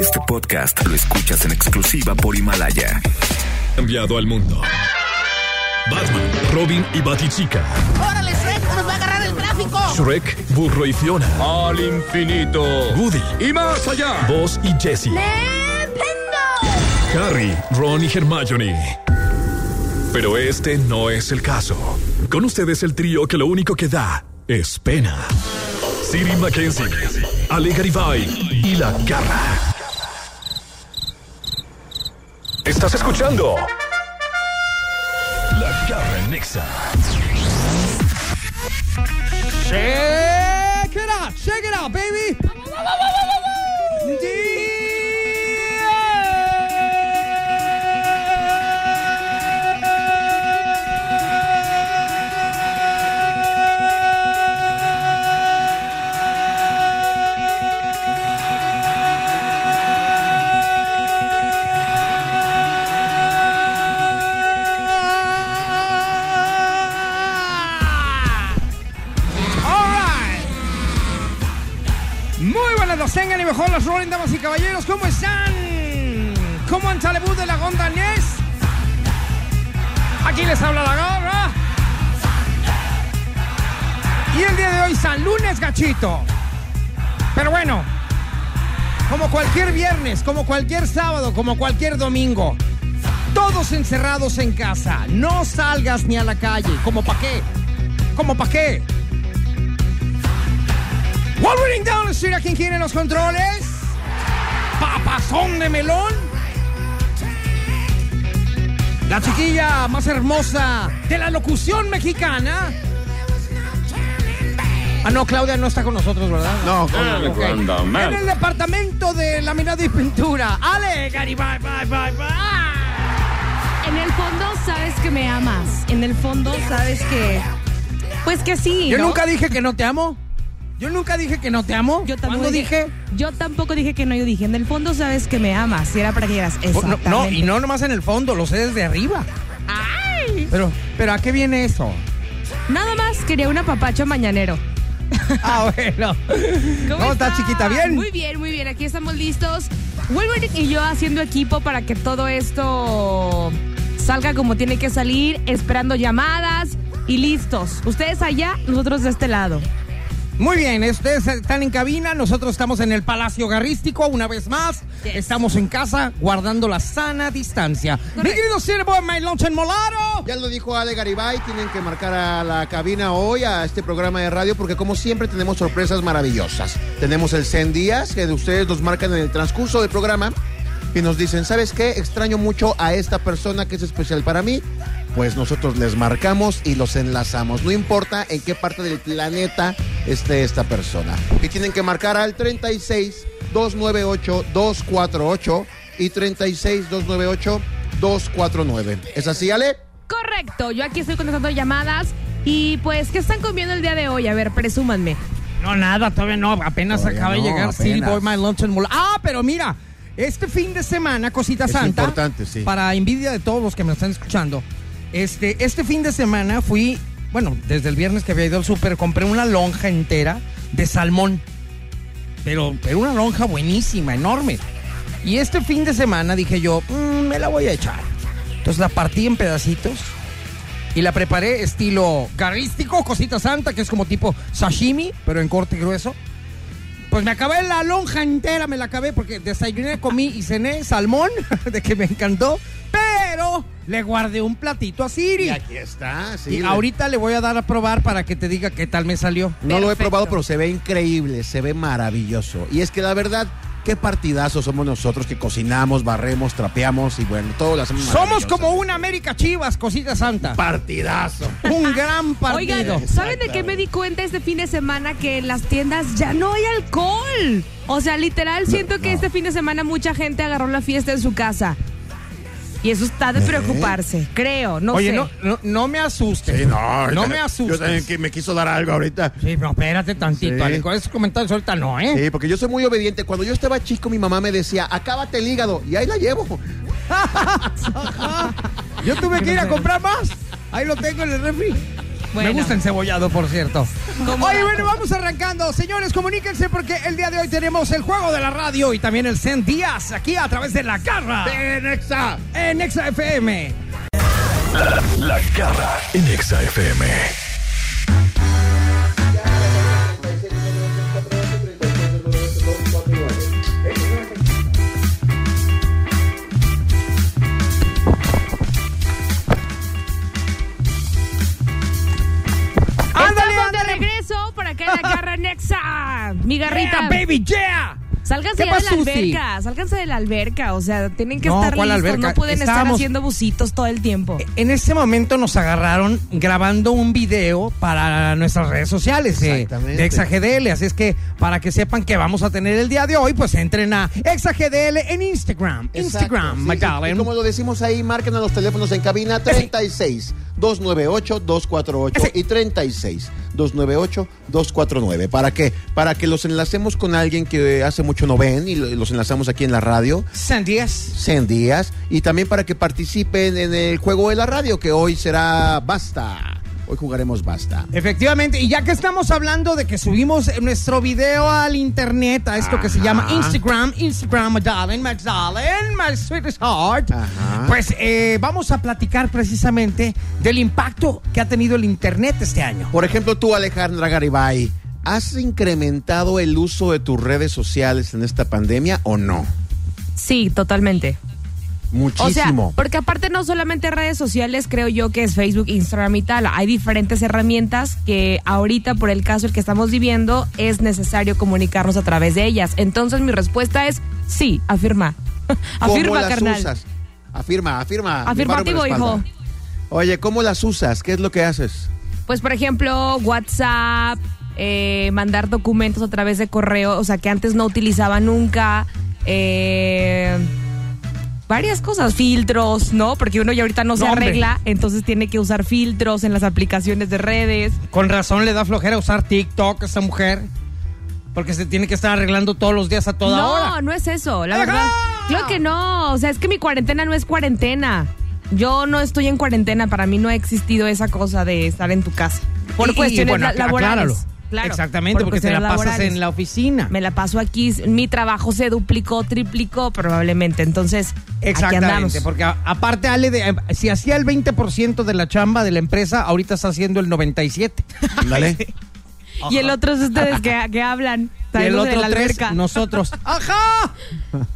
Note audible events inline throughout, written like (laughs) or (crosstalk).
Este podcast lo escuchas en exclusiva por Himalaya. Cambiado al mundo. Batman, Robin y Batichica. ¡Órale, Shrek! ¡Nos va a agarrar el tráfico! Shrek, Burro y Fiona. Al infinito. Woody. Y más allá. Vos y Jesse. ¡Nintendo! Harry, Ron y Hermione. Pero este no es el caso. Con ustedes el trío que lo único que da es pena. Siri Mackenzie, Ale Garibay y La Garra. Estás escuchando La Garra en Nexa. Shake it out, shake it out, baby. Muy buenas las tengan y mejor las Rolling Damas y Caballeros, ¿cómo están? ¿Cómo han salebú de la Gondanés? Aquí les habla la garra. Y el día de hoy, San Lunes Gachito. Pero bueno, como cualquier viernes, como cualquier sábado, como cualquier domingo, todos encerrados en casa, no salgas ni a la calle, ¿como pa' qué? ¿Como pa' qué? Wolverine Down the Street, ¿a quién quieren los controles? Papazón de melón. La chiquilla más hermosa de la locución mexicana. Ah, no, Claudia no está con nosotros, ¿verdad? No, En el departamento de la mirada y pintura. Ale, Gary, bye, bye, bye, bye. En el fondo sabes que me amas. En el fondo sabes que. Pues que sí. Yo ¿no? nunca dije que no te amo. Yo nunca dije que no te amo. Yo tampoco ¿Cuándo dije? Yo tampoco dije que no. Yo dije, en el fondo sabes que me amas. Y era para que digas Oh, eso. no, no, y no nomás en el fondo, lo sé desde arriba. Pero, pero ¿a qué viene eso? Nada más quería una papacho mañanero. (laughs) Ah, bueno. ¿Cómo, estás, chiquita? ¿Bien? Muy bien, muy bien. Aquí estamos listos. Wolverine y yo haciendo equipo para que todo esto salga como tiene que salir, esperando llamadas y listos. Ustedes allá, nosotros de este lado. Muy bien, ustedes están en cabina, nosotros estamos en el Palacio Garrístico, una vez más. Yes. Estamos en casa, guardando la sana distancia. Mi querido Sirbo, my lunch en Molaro. Ya lo dijo Ale Garibay, tienen que marcar a la cabina hoy, a este programa de radio, porque como siempre tenemos sorpresas maravillosas. Tenemos el 100 días, que ustedes nos marcan en el transcurso del programa y nos dicen, ¿sabes qué? Extraño mucho a esta persona que es especial para mí. Pues nosotros les marcamos y los enlazamos. No importa en qué parte del planeta esté esta persona. Y tienen que marcar al 36 298 248 y 36 298 249. ¿Es así, Ale? Correcto, yo aquí estoy contestando llamadas. Y pues, ¿qué están comiendo el día de hoy? A ver, presúmanme. No, nada, todavía no. Apenas Todavía acaba no, de llegar City apenas. Boy My Lunch and Mula. Ah, pero mira, este fin de semana, Cosita Es Santa. importante, sí. Para envidia de todos los que me están escuchando. Este, este fin de semana fui, bueno, desde el viernes que había ido al súper, compré una lonja entera de salmón. Pero, pero una lonja buenísima, enorme. Y este fin de semana dije yo, "Mm, me la voy a echar. Entonces la partí en pedacitos y la preparé estilo garrístico, cosita santa, que es como tipo sashimi, pero en corte grueso. Pues me acabé la lonja entera, me la acabé porque desayuné, comí y cené salmón, (laughs) de que me encantó, pero le guardé un platito a Siri. Y aquí está, sí. Y ahorita le voy a dar a probar para que te diga qué tal me salió. No lo he Perfecto. probado, pero se ve increíble, se ve maravilloso. Y es que la verdad, qué partidazo somos nosotros que cocinamos, barremos, trapeamos y bueno, todo lo hacemos Somos maravilloso. como una América Chivas, cosita santa. (laughs) partidazo. Un gran partido. Oigan, ¿saben de qué me di cuenta este fin de semana? Que en las tiendas ya no hay alcohol. O sea, literal, siento que este fin de semana mucha gente agarró la fiesta en su casa. Y eso está de preocuparse, creo, no Oye, sé. no, no, no me asustes. no me Yo también asustes. que me quiso dar algo ahorita. Sí, pero espérate tantito. Sí. Ale, con esos comentarios ahorita no, ¿eh? Sí, porque yo soy muy obediente. Cuando yo estaba chico, mi mamá me decía, acábate el hígado. Y ahí la llevo. Yo tuve que ir a comprar más. Ahí lo tengo en el refri. Bueno. Me gusta encebollado, por cierto. ¿Cómo Oye, va? bueno, vamos arrancando. Señores, comuníquense porque el día de hoy tenemos el juego de la radio y también el Zen Díaz aquí a través de La Garra Nexa. en Exa FM. La garra en Exa FM. ¡Ándale, Estamos de ándale! regreso por acá en la garra Nexa. Mi Yeah, garrita. baby, yeah! Sálganse ¿Qué ya de la pasó, Susi? alberca, sálganse de la alberca, o sea, tienen que No, estar ¿cuál listos, alberca? no pueden estar Estábamos- haciendo bucitos todo el tiempo. En ese momento nos agarraron grabando un video para nuestras redes sociales eh, Exactamente. de ExaGDL. Así es que para que sepan que vamos a tener el día de hoy, pues entren a ExaGDL en Instagram. Instagram, Exacto, sí, my sí. darling. Y como lo decimos ahí, marquen a los teléfonos en cabina 36 298 248 Ese. y 36 298 249. ¿Para qué? Para que los enlacemos con alguien que hace mucho no ven y lo- los enlazamos aquí en la radio. San Díaz. Cen Díaz y también para que participen en el juego de la radio que hoy será Basta. Hoy jugaremos Basta. Efectivamente, y ya que estamos hablando de que subimos nuestro video al internet, a esto que se llama Instagram, Instagram, my darling, my darling, my sweetest heart, Ajá. pues eh, vamos a platicar precisamente del impacto que ha tenido el internet este año. Por ejemplo, tú, Alejandra Garibay, ¿has incrementado el uso de tus redes sociales en esta pandemia o no? Sí, totalmente. O sea, Muchísimo. porque aparte no solamente redes sociales, creo yo que es Facebook, Instagram y tal. Hay diferentes herramientas que ahorita, por el caso el que estamos viviendo, es necesario comunicarnos a través de ellas. Entonces mi respuesta es sí, afirma. (laughs) ¿Cómo afirma, las carnal. usas? Afirma, afirma. mi Afirmativo, barba me hijo. respalda. Oye, ¿cómo las usas? ¿Qué es lo que haces? Pues, por ejemplo, WhatsApp, eh, mandar documentos a través de correo, o sea, que antes no utilizaba nunca. eh, varias cosas, filtros, ¿no? Porque uno ya ahorita no, se No, hombre. arregla, entonces tiene que usar filtros en las aplicaciones de redes. Con razón le da flojera usar TikTok a esta mujer, porque se tiene que estar arreglando todos los días a toda no, hora. no es eso, la ¡Ajá! verdad. Claro que no, o sea, es que mi cuarentena no es cuarentena. Yo no estoy en cuarentena, para mí no ha existido esa cosa de estar en tu casa. Por Y- y, cuestiones bueno, la- ac- laborales. acláralo. Claro, Exactamente, por porque te la cuestiones pasas laborales. en la oficina. me la paso aquí, mi trabajo se duplicó, triplicó probablemente. Entonces, aquí andamos. Exactamente, porque a- aparte Ale, de- eh, si hacía el 20% de la chamba de la empresa, ahorita está haciendo el 97%. (laughs) Dale. Y el otro es ustedes que, que hablan. (laughs) Y el saliéndose de otro la tres, alberca. (laughs) Ah, nosotros. ¡Ajá!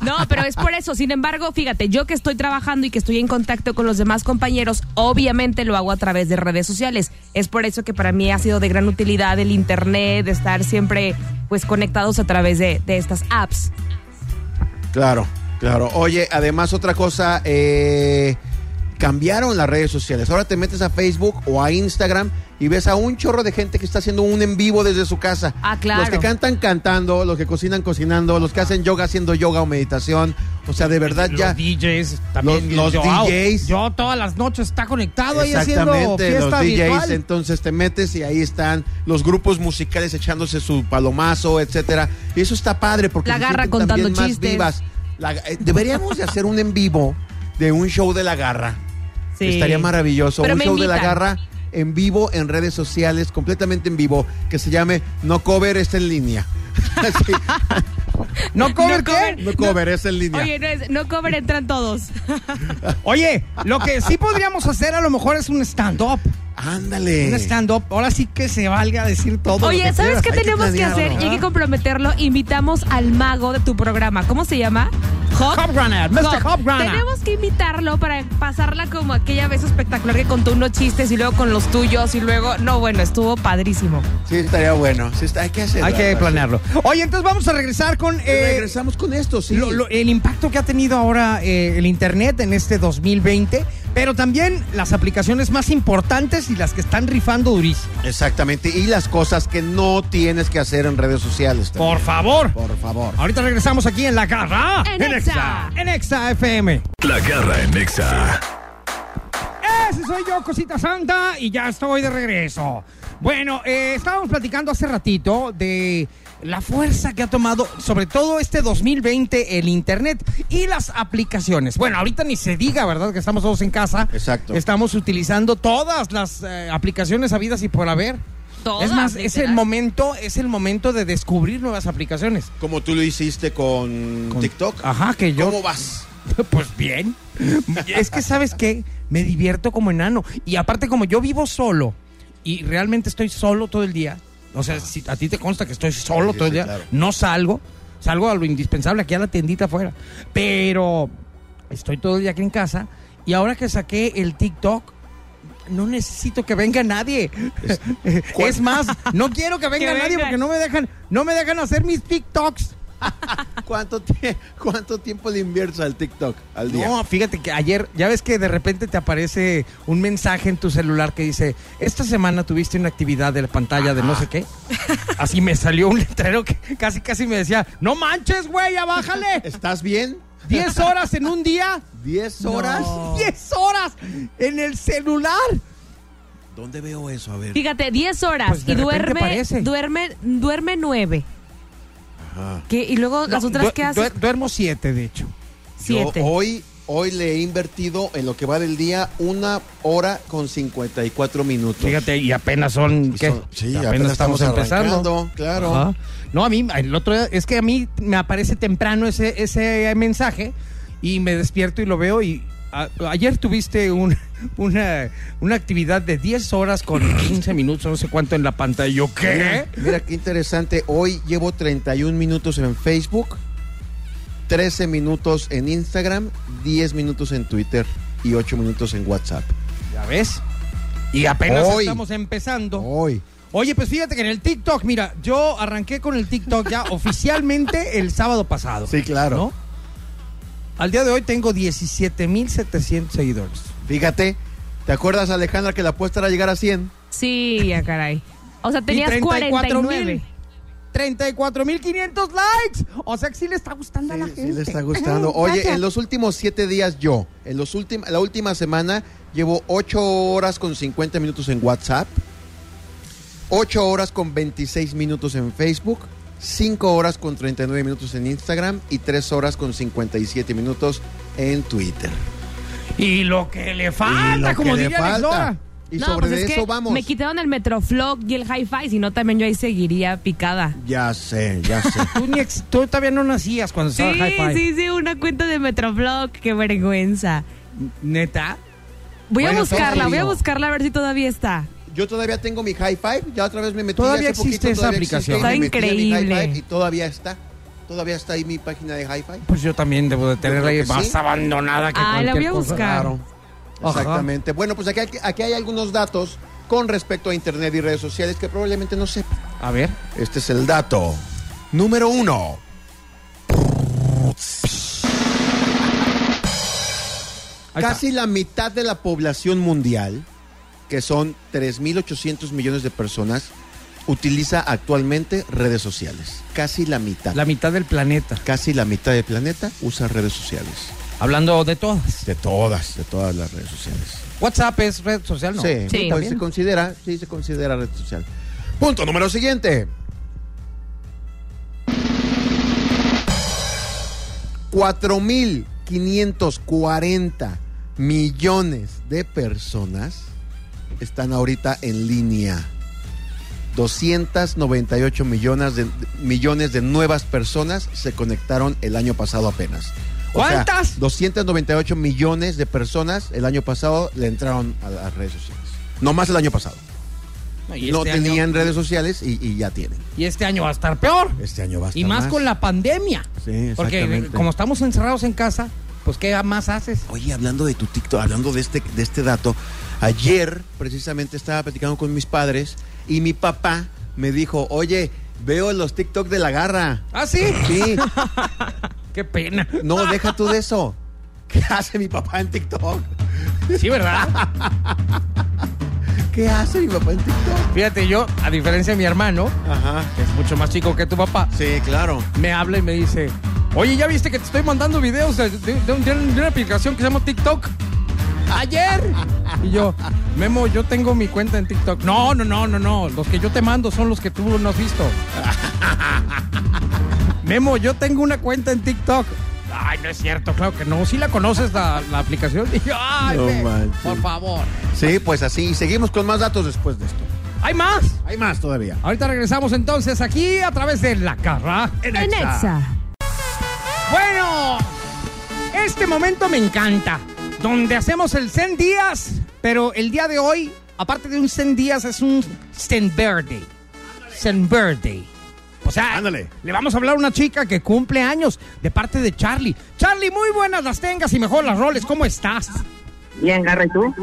No, pero es por eso. Sin embargo, fíjate, yo que estoy trabajando y que estoy en contacto con los demás compañeros, obviamente lo hago a través de redes sociales. Es por eso que para mí ha sido de gran utilidad el internet, estar siempre pues conectados a través de, de estas apps. Claro, claro. Oye, además otra cosa, eh, cambiaron las redes sociales. Ahora te metes a Facebook o a Instagram y ves a un chorro de gente que está haciendo un en vivo desde su casa. Ah, claro. Los que cantan cantando, los que cocinan cocinando, los que hacen yoga haciendo yoga o meditación. O sea, de verdad ya. Los DJs también. Los- los yo, wow, DJs. Yo todas las noches está conectado ahí haciendo Exactamente, los Ah, fiesta DJs, virtual. entonces te metes y ahí están los grupos musicales echándose su palomazo, etcétera. Y eso está padre porque La se garra sienten contando también más chistes. vivas. La- eh, deberíamos de hacer un en vivo de un show de la garra. Sí. Estaría maravilloso. Pero un me show de la invitan. garra en vivo, en redes sociales, completamente en vivo, que se llame No Cover está en línea. (laughs) Sí, No cover, No ¿qué? cover. no Cover está en línea. Oye, no, es, no cover, entran todos. Oye, lo que sí podríamos hacer a lo mejor es un stand-up. Un Ándale. stand-up. Ahora sí que se valga decir todo. Oye, ¿sabes qué Hay que tenemos que hacer? Y planearlo, hay que comprometerlo. Invitamos al mago de tu programa. ¿Cómo se llama? Hop. Hop Runner, Mr. Hop. Hop Runner. Tenemos que invitarlo para pasarla como aquella vez espectacular que contó unos chistes y luego con los tuyos y luego, no, bueno, estuvo padrísimo. Sí, estaría bueno. Sí, está- hay que hacerlo. Hay que algo así. planearlo. Oye, entonces vamos a regresar con. eh, Regresamos con esto, sí. lo- lo- el impacto que ha tenido ahora eh, el Internet en este 2020, pero también las aplicaciones más importantes y las que están rifando durísimo. Exactamente, y las cosas que no tienes que hacer en redes sociales. también. Por Ah. favor. Por favor. Ahorita regresamos aquí en La Garra. En Exa. En Exa FM. La garra en Exa. Ese soy yo, Cosita Santa, y ya estoy de regreso. Bueno, eh, estábamos platicando hace ratito de la fuerza que ha tomado, sobre todo este 2020, el Internet y las aplicaciones. Bueno, ahorita ni se diga, ¿verdad? Que estamos todos en casa. Exacto. Estamos utilizando todas las eh, aplicaciones habidas y por haber. Todas, es más, es el literal. momento, es el momento de descubrir nuevas aplicaciones. Como tú lo hiciste con, Con- TikTok. Ajá, que yo. ¿Cómo vas? (laughs) Pues bien. Es que, ¿sabes qué? Me divierto como enano. Y aparte, como yo vivo solo y realmente estoy solo todo el día, o sea, si a ti te consta que estoy solo Sí, todo el sí, día, claro. no salgo, salgo a lo indispensable aquí a la tiendita afuera. Pero estoy todo el día aquí en casa y ahora que saqué el TikTok. No necesito que venga nadie. (laughs) Es, más, no quiero que venga nadie vengan. porque no me dejan, no me dejan hacer mis TikToks. ¿Cuánto, tie- ¿Cuánto tiempo le inviertes al TikTok al día? No, fíjate que ayer, ya ves que de repente te aparece un mensaje en tu celular que dice, esta semana tuviste una actividad de la pantalla de no sé qué. Así me salió un letrero que casi casi me decía, no manches, güey, ya (laughs) bájale. ¿Estás bien? 10 horas en un día. ¿Diez horas? 10 horas en el celular. ¿Dónde veo eso? A ver. Fíjate, 10 horas Pues de y repente duerme, parece. duerme, duerme 9. ¿Qué? Y luego las otras Du- que haces du- duermo 7, de hecho. Yo 7. oh. hoy, hoy le he invertido en lo que va del día una hora con 54 minutos. Fíjate, y apenas son, Y ¿qué? son- sí, apenas estamos arrancando, claro. Ajá. No, a mí, el otro día, es que a mí me aparece temprano ese, ese mensaje y me despierto y lo veo y a- ayer tuviste un- (laughs) una, una actividad de 10 horas con 15 minutos, no sé cuánto en la pantalla. Y ¿Yo qué? Mira qué interesante. Hoy llevo 31 minutos en Facebook, 13 minutos en Instagram, 10 minutos en Twitter y 8 minutos en WhatsApp. ¿Ya ves? Y apenas Hoy. estamos empezando. Hoy. Oye, pues fíjate que en el TikTok, mira, yo arranqué con el TikTok (laughs) ya oficialmente el sábado pasado. Sí, claro. ¿no? Al día de hoy tengo 17.700 seguidores. Fíjate, ¿te acuerdas, Alejandra, que la apuesta era llegar a 100? Sí, ya caray. O sea, tenías 34 mil. 49. 34.500 likes. O sea que sí le está gustando a la gente. Sí, le está (laughs) gustando. Oye, en los últimos siete días yo, en los últim- la última semana, llevo 8 horas con 50 minutos en WhatsApp, 8 horas con 26 minutos en Facebook, 5 horas con 39 minutos en Instagram y 3 horas con 57 minutos en Twitter. Y lo que le Y lo falta, que como le diría Alex falta. Lora. Y No, sobre pues es de eso que vamos. Me quitaron el Metroflog y el Hi-Fi, si no también yo ahí seguiría picada. Ya sé, ya sé. (laughs) Tú, ni ex- tú todavía no nacías cuando Sí, estaba Ah, Hi-Fi. sí, sí, una cuenta de Metroflog, qué vergüenza. Neta. Voy a Bueno, buscarla, todavía voy a no. buscarla a ver si todavía está. Yo todavía tengo mi high five, ya otra vez me metí Todavía hace poquito, existe esa todavía aplicación. existe, Está y me metí a mi Hi-Fi increíble. y todavía está. Todavía está ahí mi página de hi-fi. Pues yo también debo de tenerla creo ahí que más sí. abandonada que Ah, la cualquier voy a cosa. buscar. Claro. Ajá. Exactamente. Bueno, pues aquí, hay- aquí hay algunos datos con respecto a Internet y redes sociales que probablemente no sepa. A ver. Este es el dato número uno. Ahí Casi la mitad de la población mundial, que son 3.800 millones de personas, utiliza actualmente redes sociales. Casi la mitad. está. La mitad del planeta. Casi la mitad del planeta usa redes sociales. Hablando de todas. De todas, de todas las redes sociales. WhatsApp es red social, ¿no? Sí, Sí. pues se considera, sí se considera red social. Punto número siguiente. 4.540 millones de personas están ahorita en línea. 298 millones de, millones de nuevas personas se conectaron el año pasado apenas. O sea, ¿Cuántas? 298 millones de personas el año pasado le entraron a las redes sociales. No más el año pasado. Y no este año- tenían redes sociales y, y ya tienen. y este año va a estar peor. Este año va a Y más con la pandemia. Sí, Porque exactamente. como estamos encerrados en casa, pues ¿qué más haces? Oye, hablando de tu TikTok, hablando de este, de este dato, ayer precisamente estaba platicando con mis padres y mi papá me dijo, oye, veo los TikTok de la garra. ¿Ah, sí? Sí, Qué pena. no, deja tú de eso. ¿Qué hace mi papá en TikTok? Sí, (laughs) ¿verdad? ¿Qué hace mi papá en TikTok? Fíjate, yo, a diferencia de mi hermano, Ajá. que es mucho más chico que tu papá, Sí, claro. me habla y me dice, oye, ¿ya viste que te estoy mandando videos de, de- de un- de una aplicación que se llama TikTok? ayer. Y yo, Memo, yo tengo mi cuenta en TikTok. No, no, no, no, no. Los que yo te mando son los que tú no has visto. (laughs) Memo, yo tengo una cuenta en TikTok. Ay, no es cierto, claro que no. Si la conoces la, la aplicación. (laughs) Y yo, ay, No ve, manches. por favor. Sí, pues así. Y seguimos con más datos después de esto. ¿Hay más? Hay más todavía. Ahorita regresamos entonces aquí a través de La Carra en En Exa. Exa. Bueno, este momento me encanta, donde hacemos el 100 días, pero el día de hoy, aparte de un 100 días, es un 100 verde. 100 verde. O sea, Ándale. le vamos a hablar a una chica que cumple años de parte de Charlie. Charlie, muy buenas las tengas y mejor las roles. ¿Cómo estás? Bien, Garra, ¿y tú?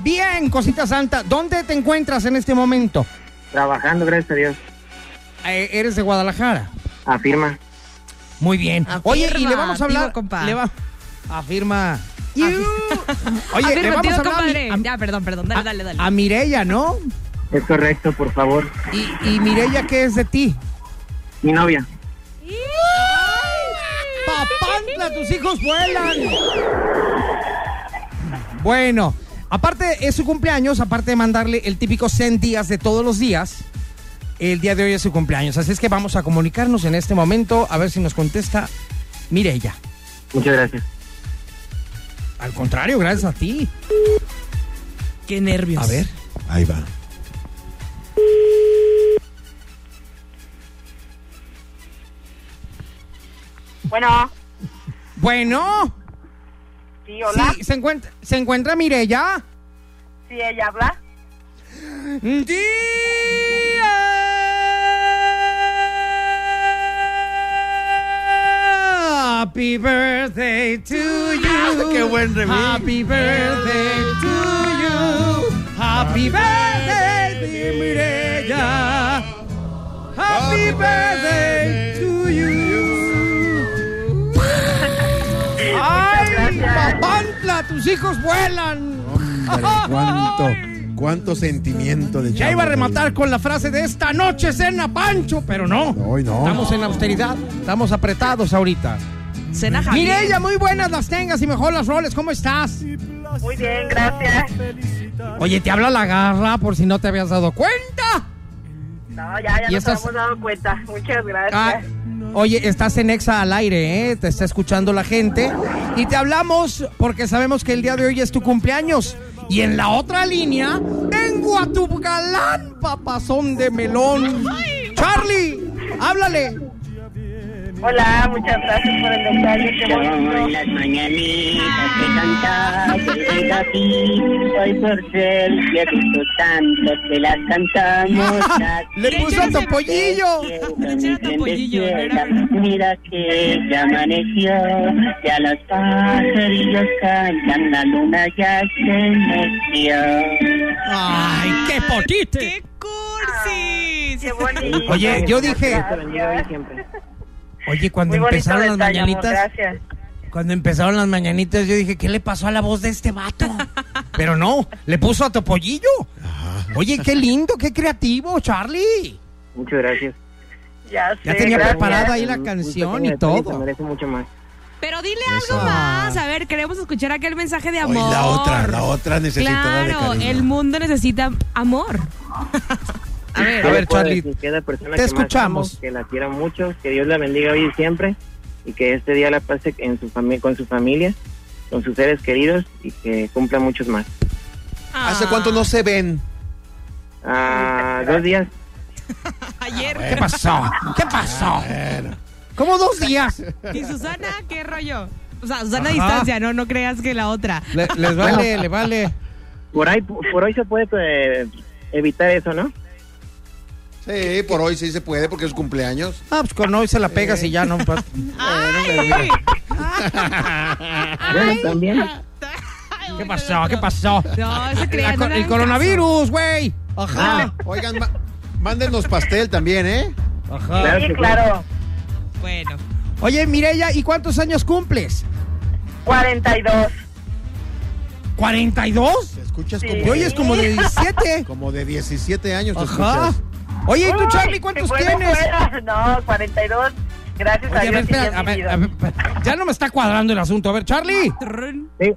Bien, cosita santa. ¿Dónde te encuentras en este momento? Trabajando, gracias a Dios. Eh, eres de Guadalajara. Afirma. Muy bien. Afirma, Oye, y le vamos a hablar. digo, compa. le va- afirma. (laughs) Oye, Afirmativo, le vamos a hablar a mi- compadre. a- Ya, perdón, perdón, dale, dale, dale. A Mirella, ¿no? Es correcto, por favor. Y, y Mirella, ¿qué es de ti? Mi novia. ¡Papantla, tus hijos vuelan! Bueno, aparte es su cumpleaños, aparte de mandarle el típico 100 días de todos los días, el día de hoy es su cumpleaños. Así es que vamos a comunicarnos en este momento a ver si nos contesta Mirella. Muchas gracias. Al contrario, gracias a ti. Qué nervios. A ver. Ahí va. Bueno, Bueno, sí, hola. sí, se encuentra, se encuentra Mirella. Sí, ella habla. Happy birthday to you. qué buen remix. Happy birthday to you. Happy birthday, dear Mireya. Happy birthday to you. ¡Ay, papantla! ¡Tus hijos vuelan! Hombre, cuánto, cuánto sentimiento de Ya chavo, iba a rematar con la frase de esta noche cena Pancho, pero no. Hoy no. Estamos en austeridad, estamos apretados ahorita. Cena Javier. Mireya, muy buenas las tengas y mejor las roles. ¿Cómo estás? Muy bien, gracias. Oye, te habla la garra por si no te habías dado cuenta. No, ya, ya ¿Y nos estás- hemos dado cuenta. Muchas gracias. Ah, oye, estás en Exa al aire, ¿eh? Te está escuchando la gente. Y te hablamos porque sabemos que el día de hoy es tu cumpleaños. Y en la otra línea tengo a tu galán papazón de melón. Charlie, háblale. Hola, muchas gracias por el detalle. Qué Como bonito. las mañanitas que cantaste a ti, hoy por ser y a tus tantos que las cantamos. las (laughs) Le puso a Topollillo. Mira que ya amaneció, ya los pajarillos cantan, la luna ya se metió. ¡Ay, qué potite! ¡Qué cursis! Qué bonito. Oye, yo dije- siempre. Oye, cuando Muy bonito empezaron las detalle, amor, mañanitas, gracias. cuando empezaron las mañanitas, yo dije, ¿qué le pasó a la voz de este vato? Pero no, le puso a Topollillo. Oye, qué lindo, qué creativo, Charlie. Muchas gracias. Ya, sé, Ya tenía gracias. preparada ahí la canción y todo. merece mucho más. Pero dile algo más. A ver, queremos escuchar aquel mensaje de Hoy amor. la otra, la otra necesita Claro, el mundo necesita amor. A ver, a ver, Charlie. te escuchamos. que la quiera mucho, que Dios la bendiga hoy y siempre y que este día la pase en su fami- con su familia, con sus seres queridos y que cumpla muchos más. ¿Hace cuánto no se ven? Ah, dos días. Ayer. ¿Qué pasó? ¿Qué pasó? ¿Cómo dos días? ¿Y Susana qué rollo? O sea, Susana Ajá. a Eh, distancia, no, no creas que la otra. Le- les vale, le vale. Por ahí, por hoy se puede eh, evitar eso, ¿no? Sí, por hoy sí se puede porque es cumpleaños. Ah, pues con hoy se la pegas y ya no. pues. ¡Ay! Bueno, también. ¿Qué pasó? ¿Qué pasó? No, se La crean. co- no le el hagan coronavirus, güey. Ajá. Ah, Oigan, ma- mándenos pastel también, ¿eh? Ajá. Claro que Sí, sí. claro. caso. Bueno. Oye, Mireya, ¿y cuántos años cumples? 42. ¿42? Te escuchas Sí. como, Y hoy es como de 17. como de 17 años. Te Ajá. escuchas. Oye, ¿y tú, Uy, Charlie, si cuántos fuera, tienes? fuera. (laughs) No, 42. Gracias Oye, a a ver, Dios. y espera, yo a mi ver, vida. a ver, ya no me está cuadrando el asunto. A ver, Charlie, Trrrn. Sí.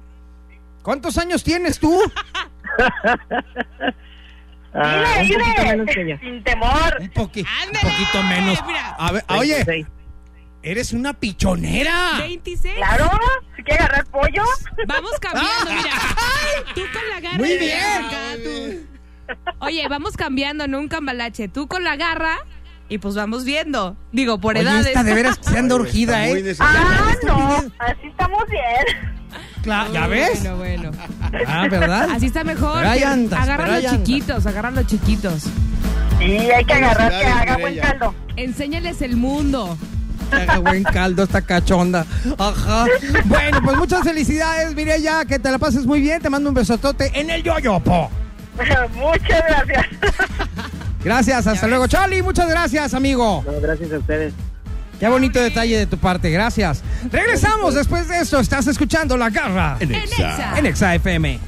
¿Cuántos años tienes tú? Ah, un Dile, poquito menos que dile, yo. sin temor. Un, poqui- un ¡Ándale! poquito menos. Mira. A ver, Ah, oye, 26. eres una pichonera. 26. Claro, si quiere agarrar (laughs) pollo. Vamos cambiando, mira. Tú con la garra. Muy y bien. acá tú. Oye, vamos cambiando, no un cambalache. Tú con la garra y pues vamos viendo. Digo, por Oye, edades. esta de (laughs) veras que se anda urgida, Está muy ¿eh? necesario. Ah, no, así estamos bien. Cla- ¿Ya ves? Bueno, bueno. Ah, ¿verdad? Así está mejor. Pero ahí que andas, agarra pero ahí los andas. chiquitos, agarra los chiquitos. Sí, hay que agarrar que Felicidades, haga buen Mireya. caldo. Enséñales el mundo. Que haga buen caldo esta cachonda. Ajá. Bueno, pues muchas felicidades, Mireya, que te la pases muy bien. Te mando un besotote en el yoyopo. (laughs) Muchas gracias. Gracias, hasta luego. Charlie, muchas gracias, amigo. No, gracias a ustedes. Qué bonito detalle de tu parte, gracias. Regresamos después de esto. Estás escuchando La Garra En Exa. en Exa FM.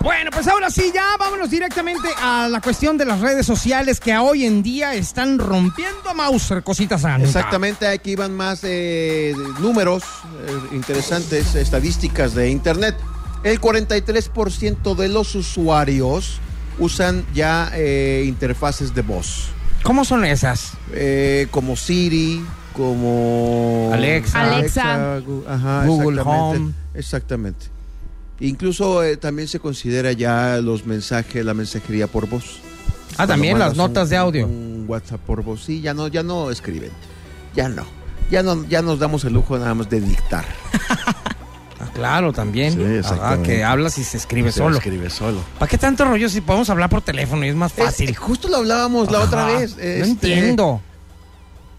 Bueno, pues ahora sí, ya vámonos directamente a la cuestión de las redes sociales que hoy en día están rompiendo a Mauser, cositas santa. Exactamente, aquí van más eh, números eh, interesantes, estadísticas de Internet. El 43% de los usuarios usan ya eh, interfaces de voz, ¿Cómo son esas? eh, como Siri, como Alexa. Alexa. Gu- ajá, Google exactamente, Home. Exactamente. Incluso eh, también se considera ya los mensajes, la mensajería por voz. Ah, también Cuando las mandas notas un- de audio. Un WhatsApp por voz. Sí, ya no, ya no escriben. Ya no. Ya no, ya nos damos el lujo nada más de dictar. Ah, claro, también. Sí, Ah, exactamente. que hablas y se escribe Se solo. Escribe solo. ¿Para qué tanto rollo si podemos hablar por teléfono y es eh, más fácil? Es- justo lo hablábamos la otra Ajá. vez. no Este, entiendo.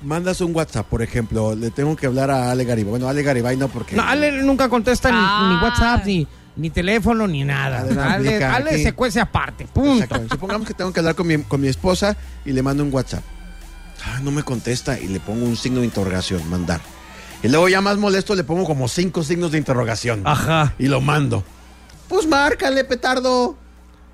Mandas un WhatsApp, por ejemplo. Le tengo que hablar a Ale Garibay. Bueno, Ale Garibay no porque. No, Ale nunca contesta ni- ni, Ah. WhatsApp, ni, ni teléfono, ni nada. Ale no Ale, aplica Ale aquí. se cuece aparte, punto. Exactamente. Supongamos que tengo que hablar con mi, con mi esposa y le mando un WhatsApp. Ah, no me contesta y le pongo un signo de interrogación, mandar. Y luego ya más molesto le pongo como cinco signos de interrogación. Ajá. Y lo mando. Pues márcale, petardo.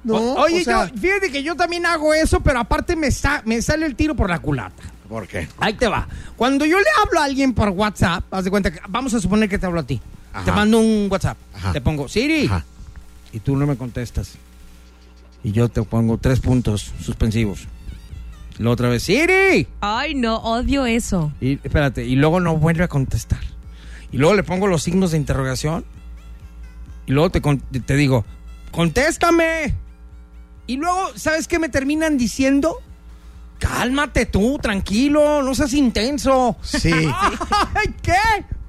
No, O- Oye, o sea, yo, fíjate que yo también hago eso, pero aparte me, sa- me sale el tiro por la culata. ¿Por qué? Ahí te va. Cuando yo le hablo a alguien por WhatsApp, haz de cuenta que vamos a suponer que te hablo a ti. Ajá. Te mando un WhatsApp. Ajá. Te pongo Siri. Ajá. Y tú no me contestas. Y yo te pongo tres puntos suspensivos. La otra vez, Siri. Ay, no, odio eso. Y espérate, y luego no vuelve a contestar. Y luego le pongo los signos de interrogación. Y luego te, con- te digo, contéstame. Y luego, ¿sabes qué me terminan diciendo? Cálmate tú, tranquilo, no seas intenso. Sí. (laughs) Ay, ¿Qué?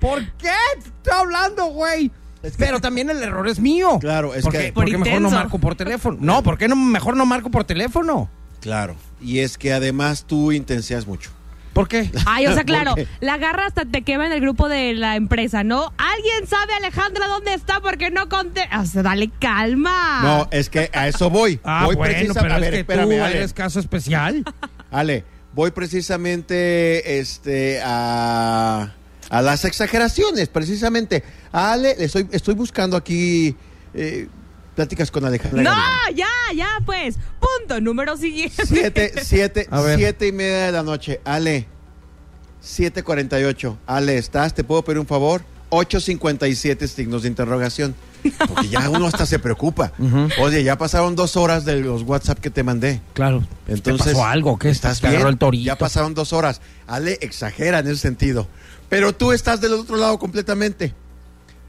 ¿Por qué te estoy hablando, güey? Pero también el error es mío. Claro, es ¿Por que- qué- Por ¿Por qué mejor no intenso. marco por teléfono? No, ¿por qué no, mejor no marco por teléfono? Claro. Y es que además tú intenseas mucho. ¿Por (laughs) qué? Ay, o sea, claro, qué? la garra hasta te quema en el grupo de la empresa, ¿no? ¿Alguien sabe, Alejandra, dónde está? Porque no conté. O sea, dale calma. No, es que a eso voy. (laughs) Ah, voy bueno, precisa- pero a es ver, que espérame, tú Ale. eres caso especial. Ale, voy precisamente este, a, a las exageraciones, precisamente. Ale, le estoy, estoy buscando aquí eh, pláticas con Alejandra. No, Garibaldi. ya, ya, pues. Punto número siguiente. Siete, siete, A ver. siete y media de la noche. Ale, 7.48. Ale, ¿estás? ¿Te puedo pedir un favor? 8.57 signos de interrogación. Porque ya uno hasta (laughs) se preocupa. Oye, ya pasaron dos horas de los WhatsApp que te mandé. Claro. Entonces, ¿Te pasó algo? ¿Qué ¿Estás ¿Te bien? agarró el torito? Ya pasaron dos horas. Ale exagera en ese sentido. Pero tú estás del otro lado completamente.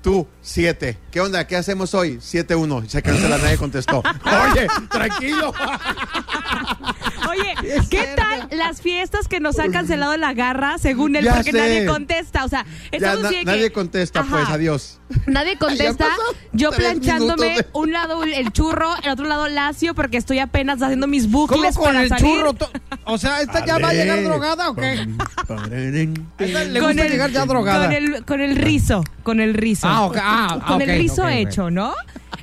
Tú, siete. ¿Qué onda? ¿Qué hacemos hoy? Siete, uno. Se cancela, (laughs) nadie contestó. Oye, tranquilo. (laughs) (laughs) Oye, ¿qué tal las fiestas que nos ha cancelado la garra según él? Ya porque sé. nadie contesta. O sea, ya estamos na- bien que- nadie contesta, Ajá. pues, adiós. (laughs) Nadie contesta. pasó Yo tres planchándome minutos de- un lado el churro, el otro lado lacio, porque estoy apenas haciendo mis ¿Cómo bucles con para el salir. churro? To- O sea, ¿esta ya va a llegar Ale. drogada o qué? (laughs) ¿A esta le Con gusta el- llegar ya drogada? Con el, con el rizo, con el rizo. Ah, ok, ah, Con ok, el rizo ok, ok. hecho, ¿no?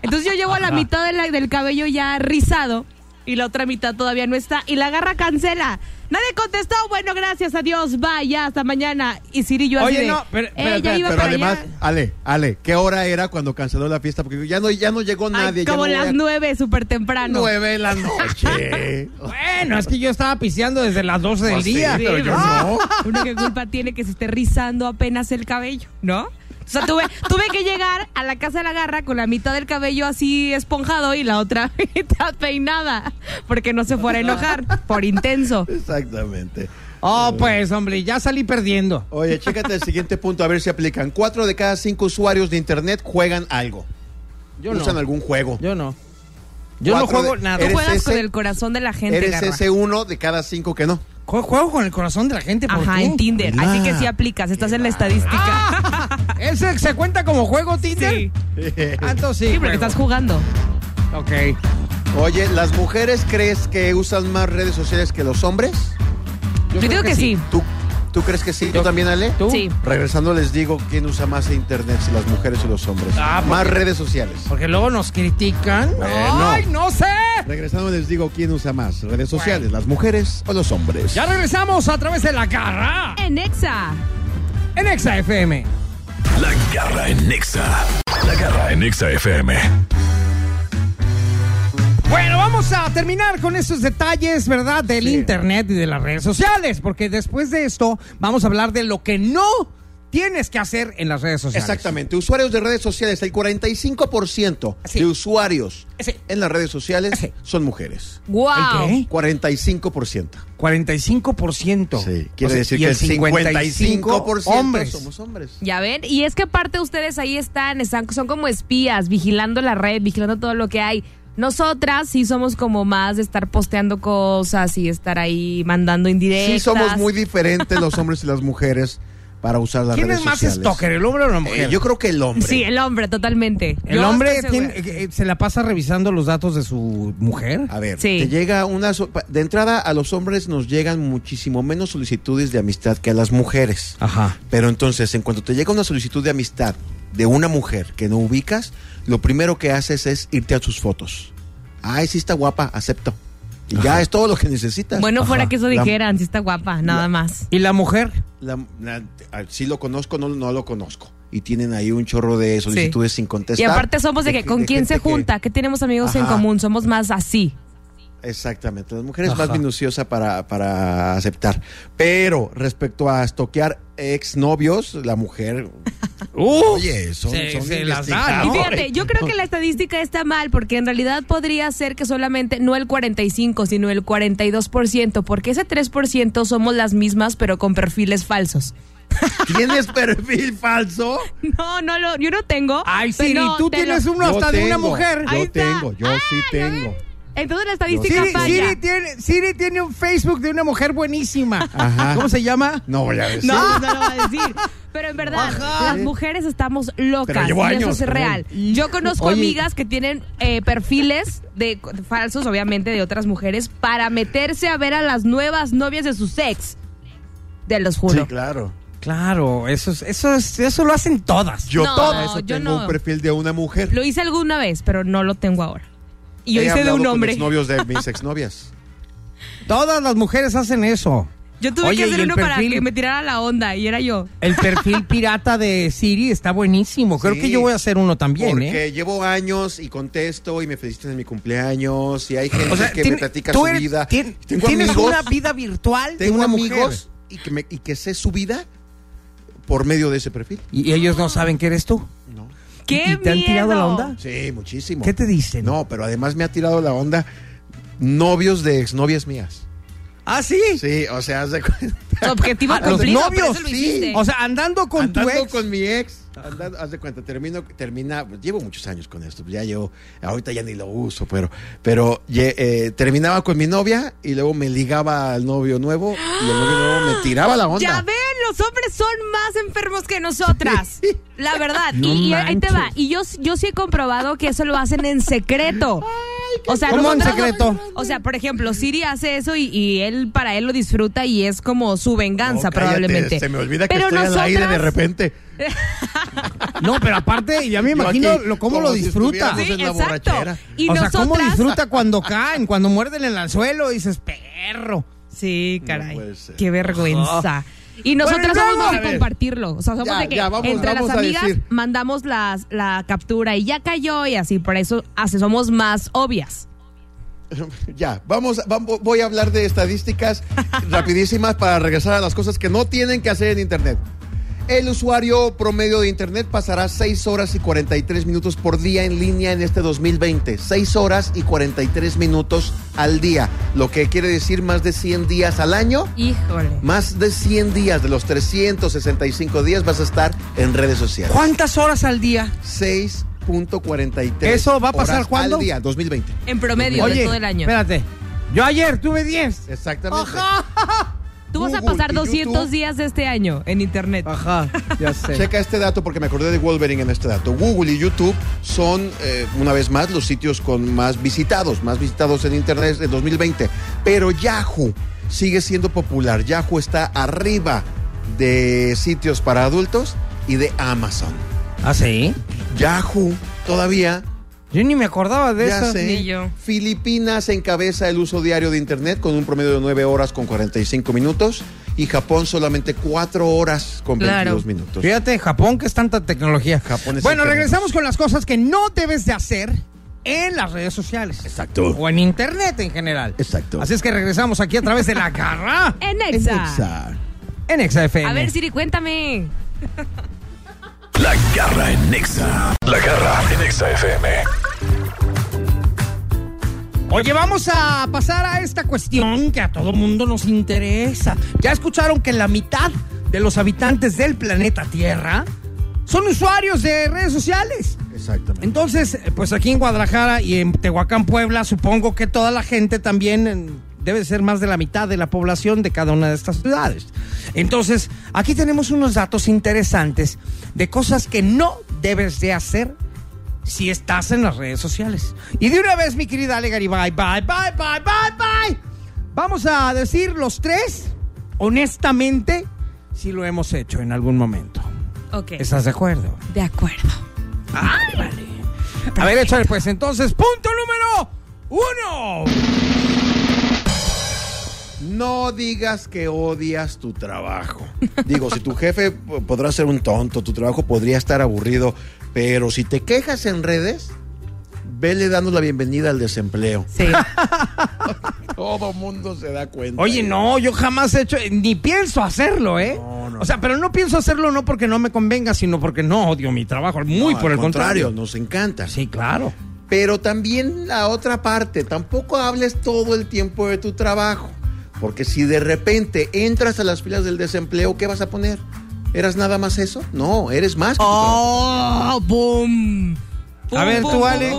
Entonces yo llevo a la mitad de la- del cabello ya rizado y la otra mitad todavía no está y la garra cancela. Nadie contestó, bueno, gracias, adiós, vaya, hasta mañana. Y Siri yo así Oye, de, no, pero- pero- ella pero- iba Pero para además, allá. Ale, Ale, ¿qué hora era cuando canceló la fiesta? Porque ya no, ya no llegó Ay, nadie. ya como no voy las a- nueve, súper temprano. Nueve de la noche. Bueno, es que yo estaba piseando desde las 12 del Pues sí, día. pero yo Ah, no. Uno que culpa tiene que se esté rizando apenas el cabello, ¿no? O sea, tuve, tuve que llegar a la casa de la garra con la mitad del cabello así esponjado y la otra (laughs) mitad peinada, porque no se fuera a enojar por intenso. (laughs) Exactamente. Oh, pues, hombre, ya salí perdiendo. Oye, chécate el siguiente punto, a ver si aplican. Cuatro de cada cinco usuarios de Internet juegan algo. Yo Usan no. algún juego. Yo no. Yo no Cuatro juego de- nada. Tú Eres juegas con ese- el corazón de la gente, Eres garra. ese uno de cada (laughs) cinco que no. Jue- Juego con el corazón de la gente. ¿por Ajá, qué? en Tinder. Así que sí aplicas, estás en la estadística. ¿Ese se cuenta como juego Tinder? Sí, Ah, entonces sí. sí, (laughs) porque juego. estás jugando. Ok. Oye, ¿las mujeres crees que usan más redes sociales que los hombres? Yo, creo digo que que, sí. sí. ¿Tú, tú crees que sí? ¿Tú también, Ale? ¿Tú? Sí. Regresando les digo quién usa más internet, si las mujeres o los hombres. Ah, porque- más redes sociales. Porque luego nos critican. Bueno. ¡Ay, no sé! Regresando les digo quién usa más redes sociales, las mujeres o los hombres. Ya regresamos a través de la garra En Exa. en Exa FM. La garra en Nexa. La garra en Nexa FM. Bueno, vamos a terminar con estos detalles, ¿verdad? Del internet y de las redes sociales. Porque después de esto vamos a hablar de lo que no tienes que hacer en las redes sociales. Exactamente, usuarios de redes sociales, el 45% Sí. de usuarios Sí. en las redes sociales Sí. son mujeres. ¡Wow! ¿El qué? 45%. 45%. Sí, O quiere sea, decir y que el el 55% 55% hombres. somos hombres. Ya ven, y es que aparte ustedes ahí están, están- son como espías, vigilando la red, vigilando todo lo que hay. Nosotras sí somos como más de estar posteando cosas y estar ahí mandando indirectas. Sí, somos muy diferentes los hombres y las mujeres para usar las ¿Quién redes es más sociales. stalker, el hombre o la mujer? Eh, yo creo que el hombre. Sí, el hombre, totalmente. El Yo hombre estoy tiene- segura. eh, eh, se la pasa revisando los datos de su mujer. A ver, Sí. te llega una so- pa- de entrada a los hombres nos llegan muchísimo menos solicitudes de amistad que a las mujeres. Ajá. Pero entonces, en cuanto te llega una solicitud de amistad de una mujer que no ubicas, lo primero que haces es irte a sus fotos. Ay, sí está guapa, acepto. Y ya es todo lo que necesitas. Ah, Bueno, fuera Ajá. que eso La- dijeran, si está guapa, nada más. ¿Y la mujer? la- la- ah, sí lo conozco, no, no lo conozco. Y tienen ahí un chorro de solicitudes sin Y contestar. aparte somos de que con quién se gente que- junta, que tenemos amigos en Ajá. común, somos más así. Exactamente, las mujeres Ajá. más minuciosa para, para aceptar. Pero respecto a estoquear exnovios, la mujer. ¡Uh! Oye, son, se- son se las da, investigadas. ¿no? Y fíjate, yo creo que la estadística está mal porque en realidad podría ser que solamente no el 45, sino el 42%, porque ese 3% somos las mismas pero con perfiles falsos. (laughs) ¿Tienes perfil falso? No, no lo, yo no tengo. Ay, Siri, pero tú te lo- tienes uno Yo hasta de una tengo, mujer. Ahí Yo está. tengo, yo Ah, sí ¿ya tengo. Entonces la estadística Siri, falla. Siri tiene, Siri tiene un Facebook de una mujer buenísima. Ajá. ¿Cómo se llama? No voy a decir. No, no lo va a decir. Pero en verdad, las mujeres estamos Pero locas. llevo y eso años, es real. Yo conozco Oye. amigas que tienen eh, perfiles de falsos, obviamente, de otras mujeres, para meterse a ver a las nuevas novias de sus ex. De los juro. Sí, claro. Claro, eso, es- eso, es- eso lo hacen todas. Yo No, todo eso yo tengo no. un perfil de una mujer. Lo hice alguna vez, pero no lo tengo ahora. Y yo He hice de hablado un con hombre. exnovios de (laughs) mis exnovias. Todas las mujeres hacen eso. Yo tuve Oye, que hacer ¿y el uno para perfil? que me tirara la onda y era yo. El (laughs) perfil pirata de Siri está buenísimo. Creo Sí. que yo voy a hacer uno también, Porque ¿eh? llevo años y contesto y me felicitan en mi cumpleaños y hay gente que tiene- me platica tú su eres- vida. tien- Tengo tienes amigos- una vida virtual de Tengo una mujer. amigos y que, me- y que sé su vida por medio de ese perfil. Y, y ellos no saben que eres tú. No. ¡Qué ¿Y- y te han miedo! tirado la onda? Sí, muchísimo. ¿Qué te dicen? No, pero además me ha tirado la onda novios de exnovias mías. ¿Ah, sí? Sí, o sea, haz de cuenta. Tu (laughs) objetivo Ah, los cumplido, por novios, eso lo sí. hiciste. O sea, andando con (laughs) andando tu ex. con mi ex. andando- haz de cuenta, termino, termina, pues, llevo muchos años con esto, pues, ya llevo, ahorita ya ni lo uso, pero, pero ye- eh, terminaba con mi novia y luego me ligaba al novio nuevo y el novio nuevo me tiraba la onda. Ya ven, los hombres son más enfermos que nosotras. La verdad. No y, y ahí te va. manches. Y yo, yo sí he comprobado que eso lo hacen en secreto. O sea, ¿Cómo en nosotras no- secreto? o sea, por ejemplo, Siri hace eso y, y él para él lo disfruta y es como su venganza No, Oh, cállate, probablemente. Se me olvida que Pero estoy al aire de nosotras- repente. No, pero aparte, ya me Yo imagino aquí, lo, cómo como lo si disfruta. estuviéramos Sí, en la exacto. borrachera. Y o sea, nosotras. ¿cómo disfruta cuando caen, cuando muerden el anzuelo? Dices, perro. Sí, caray. puede ser. qué vergüenza. (laughs) Y nosotras Bueno, somos luego, más a de ver. compartirlo. O sea, somos Ya, de que ya, vamos- entre vamos las a amigas decir. mandamos las, la captura y ya cayó y así. Por eso así somos más obvias. Ya, vamos, vamos, voy (laughs) a hablar de estadísticas rapidísimas para regresar a las cosas que no tienen que hacer en Internet. El usuario promedio de Internet pasará 6 horas y 43 minutos por día en línea en este 2020. 6 horas y 43 minutos al día, lo que quiere decir más de 100 días al año. Híjole. Más de 100 días de los 365 días vas a estar en redes sociales. ¿Cuántas horas al día? 6.43. ¿Eso va a pasar horas cuándo? Al día, 2020. En promedio de Oye, todo el año. espérate. Yo ayer tuve 10. Exactamente. Tú vas a Google pasar y Ah, 200 YouTube. días de este año en internet. Ajá, ya sé. Checa este dato porque me acordé de Wolverine en este dato. Google y YouTube son, eh, una vez más, los sitios con más visitados, más visitados en Internet de 2020. Pero Yahoo sigue siendo popular. Yahoo está arriba de sitios para adultos y de Amazon. ¿Ah, sí? Yahoo todavía Yo ni me acordaba de ya eso. sé. Ni yo. Filipinas encabeza el uso diario de Internet con un promedio de 9 horas con 45 minutos y Japón solamente 4 horas con Claro. 22 minutos. Fíjate, Japón, que es tanta tecnología. Japón es bueno, el que- regresamos con las cosas que no debes de hacer en las redes sociales. Exacto. O en internet en general. Exacto. Así es que regresamos aquí a través de la garra (laughs) En Exa. Exa. en XFM. A ver, Siri, cuéntame. La garra en Nexa. La garra en Nexa FM. Oye, vamos a pasar a esta cuestión que a todo mundo nos interesa. Ya escucharon que la mitad de los habitantes del planeta Tierra son usuarios de redes sociales. Exactamente. Entonces, eh, pues aquí en Guadalajara y en Tehuacán, Puebla, supongo que toda la gente también eh, debe ser más de la mitad de la población de cada una de estas ciudades. Entonces, aquí tenemos unos datos interesantes de cosas que no debes de hacer si estás en las redes sociales. Y de una vez, mi querida Ale Garibay, bye, bye, bye, bye, bye. Vamos a decir los tres, honestamente, si lo hemos hecho en algún momento. Ok. ¿Estás de acuerdo? De acuerdo. Ay, vale. A ver, échale pues entonces, punto número uno. No digas que odias tu trabajo. Digo, si tu jefe p- podrá ser un tonto, tu trabajo podría estar aburrido, pero si te quejas en redes, vele dando la bienvenida al desempleo. Sí. Todo mundo se da cuenta. Oye, no, yo jamás he hecho, ni pienso hacerlo, ¿eh? No, no. O sea, pero no pienso hacerlo no porque no me convenga, sino porque no odio mi trabajo. No, Muy al por el contrario. Nos encanta. Sí, claro. Pero también la otra parte, tampoco hables todo el tiempo de tu trabajo. Porque si de repente entras a las filas del desempleo, ¿qué vas a poner? ¿Eras nada más eso? No, eres más. que tu trabajo. ¡Oh! ¡Boom! A ver, tú, Ale.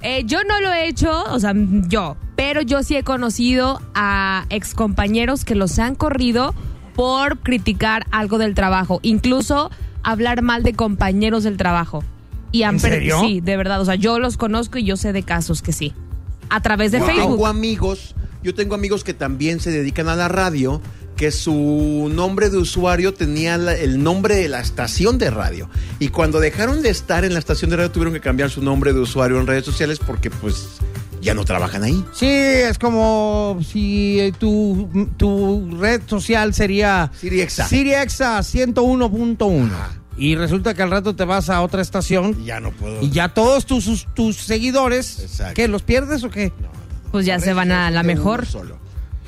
Eh, yo no lo he hecho, o sea, yo, pero yo sí he conocido a excompañeros que los han corrido por criticar algo del trabajo, incluso hablar mal de compañeros del trabajo. Y han ¿En per- serio? Sí, de verdad, o sea, yo los conozco y yo sé de casos que sí. A través de Yo Facebook. tengo amigos, yo tengo amigos que también se dedican a la radio, que su nombre de usuario tenía la- el nombre de la estación de radio. Y cuando dejaron de estar en la estación de radio, tuvieron que cambiar su nombre de usuario en redes sociales porque pues ya no trabajan ahí. Sí, es como si eh, tu, tu red social sería Siriexa. Siriexa 101.1. Y resulta que al rato te vas a otra estación Ya no puedo. y ya todos tus, sus- tus seguidores, Exacto. ¿qué? ¿Los pierdes o qué? Pues ya se van a la este, Uno mejor. Solo.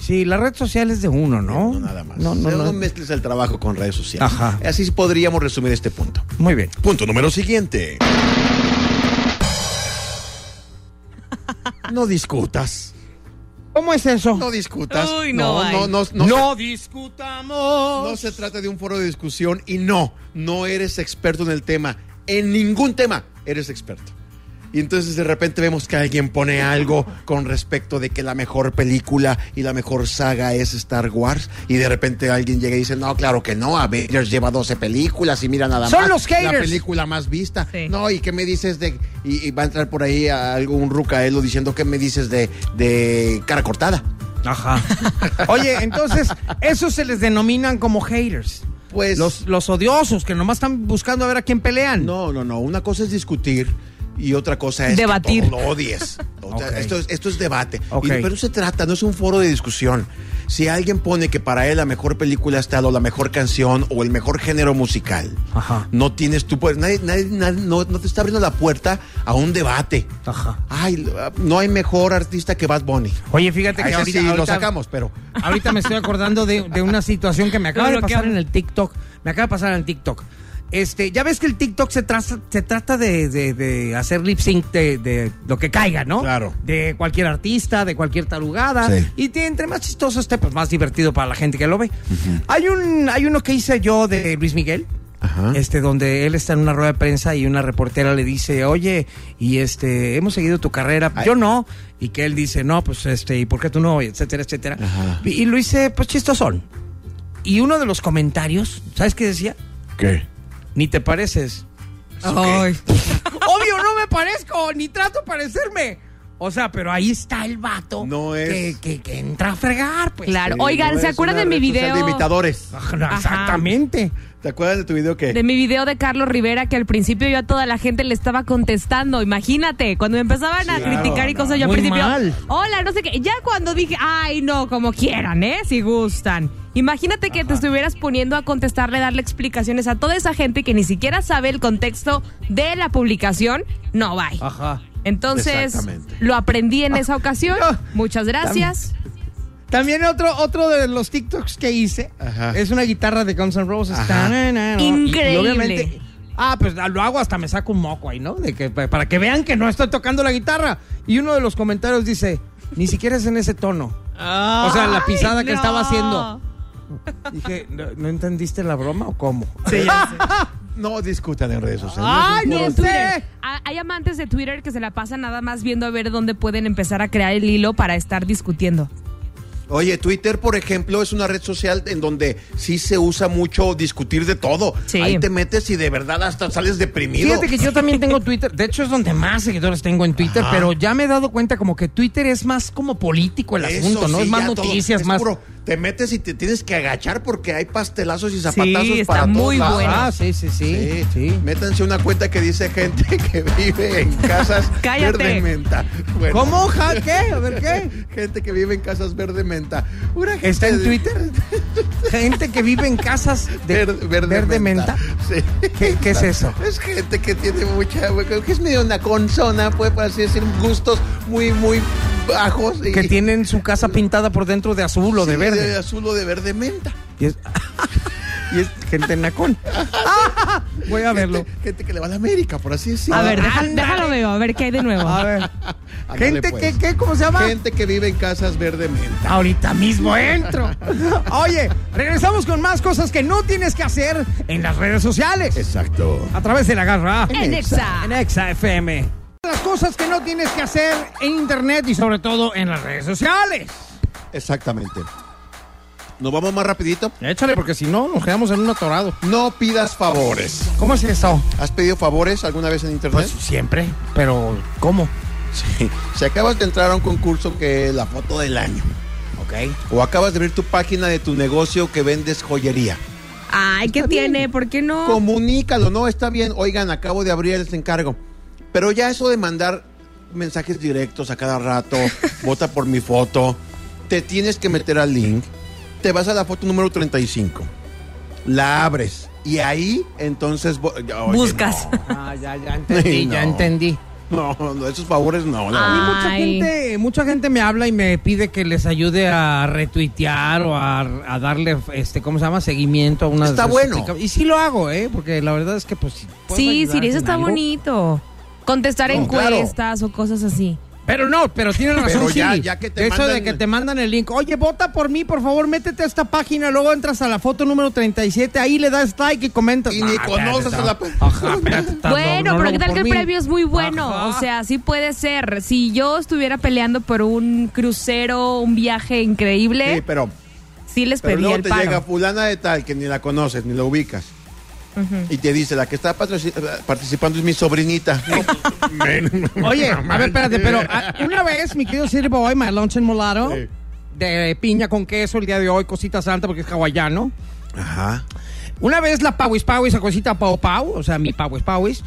Sí, la red social es de uno, ¿no? Eh, No, nada más. No, no, no. mezcles el trabajo con redes sociales. Ajá. Así podríamos resumir este punto. Muy bien. Punto número siguiente. No discutas. ¿Cómo es eso? No discutas. Uy, no, ay. no, no, no, No discutamos. no se trata de un foro de discusión y no, no eres experto en el tema. En ningún tema eres experto. Y entonces de repente vemos que alguien pone algo con respecto de que la mejor película y la mejor saga es Star Wars. Y de repente alguien llega y dice, no, claro que no, Avengers lleva 12 películas y mira nada Son más. los La haters. película más vista. Sí. No, ¿y qué me dices de...? Y, y va a entrar por ahí a algún rucaelo diciendo, ¿qué me dices de, de cara cortada? (laughs) Ajá. Oye, entonces, esos se les denominan como haters. Pues... Los, los odiosos que nomás están buscando a ver a quién pelean. No, no, no. Una cosa es discutir y otra cosa es Debatir. que todo (laughs) lo odies. O sea, Ok. esto, es, esto es debate. Ok. Y de- pero se trata, no es un foro de discusión. Si alguien pone que para él la mejor película es tal o la mejor canción o el mejor género musical, Ajá. no tienes tú, pues nadie, nadie- nadie- no, no te está abriendo la puerta a un debate. Ajá. Ay, no hay mejor artista que Bad Bunny. Oye, fíjate A que Ah, ese ahorita, sí lo ahorita- sacamos, pero Ahorita me estoy acordando de, de una situación que me acaba Lo de pasar bloquearon. en el TikTok. Me acaba de pasar en el TikTok. Este, ya ves que el TikTok se, traza- se trata de, de- de hacer lip sync de, de lo que caiga, ¿no? Claro. De cualquier artista, de cualquier tarugada. Sí. Y te- entre más chistoso esté, pues más divertido para la gente que lo ve. Hay un, hay uno que hice yo de Luis Miguel. Ajá. Este, donde él está en una rueda de prensa y una reportera le dice, oye, y este, hemos seguido tu carrera, yo no. Y que él dice, no, pues este, ¿y por qué tú no? Y etcétera, etcétera. Ajá. Y, y lo hice, pues chistosón. Y uno de los comentarios, ¿sabes qué decía? ¿qué? Ni te (laughs) pareces. Ay. Obvio, no me parezco, ni trato de parecerme. O sea, pero ahí está el vato No que, es. que- que entra a fregar, pues. Claro. eh, Oigan, ¿se acuerdan de mi video? De imitadores. Ajá, Exactamente. ¿Te acuerdas de tu video que De mi video de Carlos Rivera que al principio yo a toda la gente le estaba contestando, imagínate, cuando me empezaban a claro, criticar y no, cosas yo al muy principio, mal. hola, no sé qué, ya cuando dije, ay no, como quieran, ¿eh? Si gustan. Imagínate que te estuvieras poniendo a contestarle, darle explicaciones a toda esa gente que ni siquiera sabe el contexto de la publicación, no bye. Ajá. Entonces, Exactamente. lo aprendí en esa ocasión. (laughs) No. Muchas gracias. También otro, otro de los TikToks que hice Ajá. es una guitarra de Guns N' Roses. Ta- na- na- na- Increíble. Y, y obviamente, ah, pues lo hago hasta me saco un moco ahí, ¿no? De que, pa- para que vean que no estoy tocando la guitarra. Y uno de los comentarios dice, ni siquiera es en ese tono. o sea, la pisada que Ay, estaba no. haciendo. Dije, ¿no, no entendiste la broma o cómo? no discutan en redes sociales? ¡Ay, Y no en sé! Twitter. Ah, Hay amantes de Twitter que se la pasan nada más viendo a ver dónde pueden empezar a crear el hilo para estar discutiendo. Oye, Twitter, por ejemplo, es una red social en donde sí se usa mucho discutir de todo. Sí. Ahí te metes y de verdad hasta sales deprimido. Fíjate que yo también tengo Twitter. De hecho, es donde más seguidores tengo en Twitter. Pero ya me he dado cuenta como que Twitter es más como político el Eso asunto, ¿no? sí, es más ya todo. noticias, Es más. puro, te metes y te tienes que agachar porque hay pastelazos y zapatazos Sí, está para todos muy lados. bueno. Ah, sí, sí, sí. sí. Métanse una cuenta que dice gente (laughs) que (laughs) vive en casas Cállate. verde menta. Bueno, (laughs) ¿Cómo? Ja, ¿Qué? A ver, ¿qué? Gente que vive en casas verde menta. Una gente ¿Está en de- (laughs) Twitter? Gente que vive en casas de Verde, verde menta. (laughs) Sí. ¿Qué, qué es eso? Es gente que tiene mucha. que es medio una consona, pues, por así decir, gustos muy, muy bajos. y- Que tienen su casa pintada por dentro de azul o de Sí, verde. azul o de verde menta. Y es, (laughs) y es gente (laughs) nacón. Ah, Voy a verlo. Gente, gente que le va a la América, por así decirlo. A ver, deja- ándale. déjalo veo, a ver qué hay de nuevo. A ver. Ándale, Gente pues. que, ¿qué? ¿Cómo se llama? Gente que vive en casas verde menta. Ahorita mismo entro. Oye, regresamos con más cosas que no tienes que hacer en las redes sociales. Exacto. A través de la garra. En Exa. En Exa FM. Las cosas que no tienes que hacer en internet y sobre todo en las redes sociales. Exactamente. Nos vamos más rapidito. Échale, porque si no, nos quedamos en un atorado. No pidas favores. ¿Cómo es eso? ¿Has pedido favores alguna vez en internet? Pues siempre, pero ¿cómo? sí. Si acabas de entrar a un concurso que es la foto del año. Ok. O acabas de abrir tu página de tu negocio que vendes joyería. Ay, ¿qué Está bien. tiene? ¿Por qué no? Comunícalo, no, está bien. Oigan, acabo de abrir este encargo. Pero ya eso de mandar mensajes directos a (laughs) cada rato, vota por mi foto, te tienes que meter al link, te vas a la foto número 35, la abres y ahí entonces... bo- ya, oye, Buscas. Ah, ya, ya entendí, No. ya entendí. No, no, no, esos favores no. la Ah. verdad. Mucha Ay. gente, mucha gente me habla y me pide que les ayude a retuitear o a, a darle, este, ¿cómo se llama? Seguimiento a unas... Está bueno. Y sí lo hago, ¿eh? Porque la verdad es que, pues... si puedo (laughs) Sí, ayudar sí, eso en está algo- bonito. Contestar No, claro. encuestas o cosas así. Pero no, pero tiene razón, Pero ya- Siri. ya que te Eso de mandan- que te mandan el link. Oye, vota por mí, por favor, métete a esta página, luego entras a la foto número 37, ahí le das like y comentas. Y ni Ah, conoces espérate, a la no. per- Ajá, espérate, está- Bueno, no, no pero lo ¿qué hago tal por que el mí. premio es muy bueno? Ajá. O sea, sí puede ser. Si yo estuviera peleando por un crucero, un viaje increíble, Sí, pero, sí les pero pedía luego el te paro. llega fulana de tal que ni la conoces, ni la ubicas. Y te dice, la que está patroci- participando es mi (laughs) sobrinita. (laughs) Oye, a ver, espérate, pero ah, una vez mi querido Siri Boy, my lunch en molaro, Sí. de piña con queso el día de hoy, cosita santa porque es hawaiano. Ajá. Una vez la Pauis Pauis, la cosita Pau Pau, o sea, mi Pauis Pauis,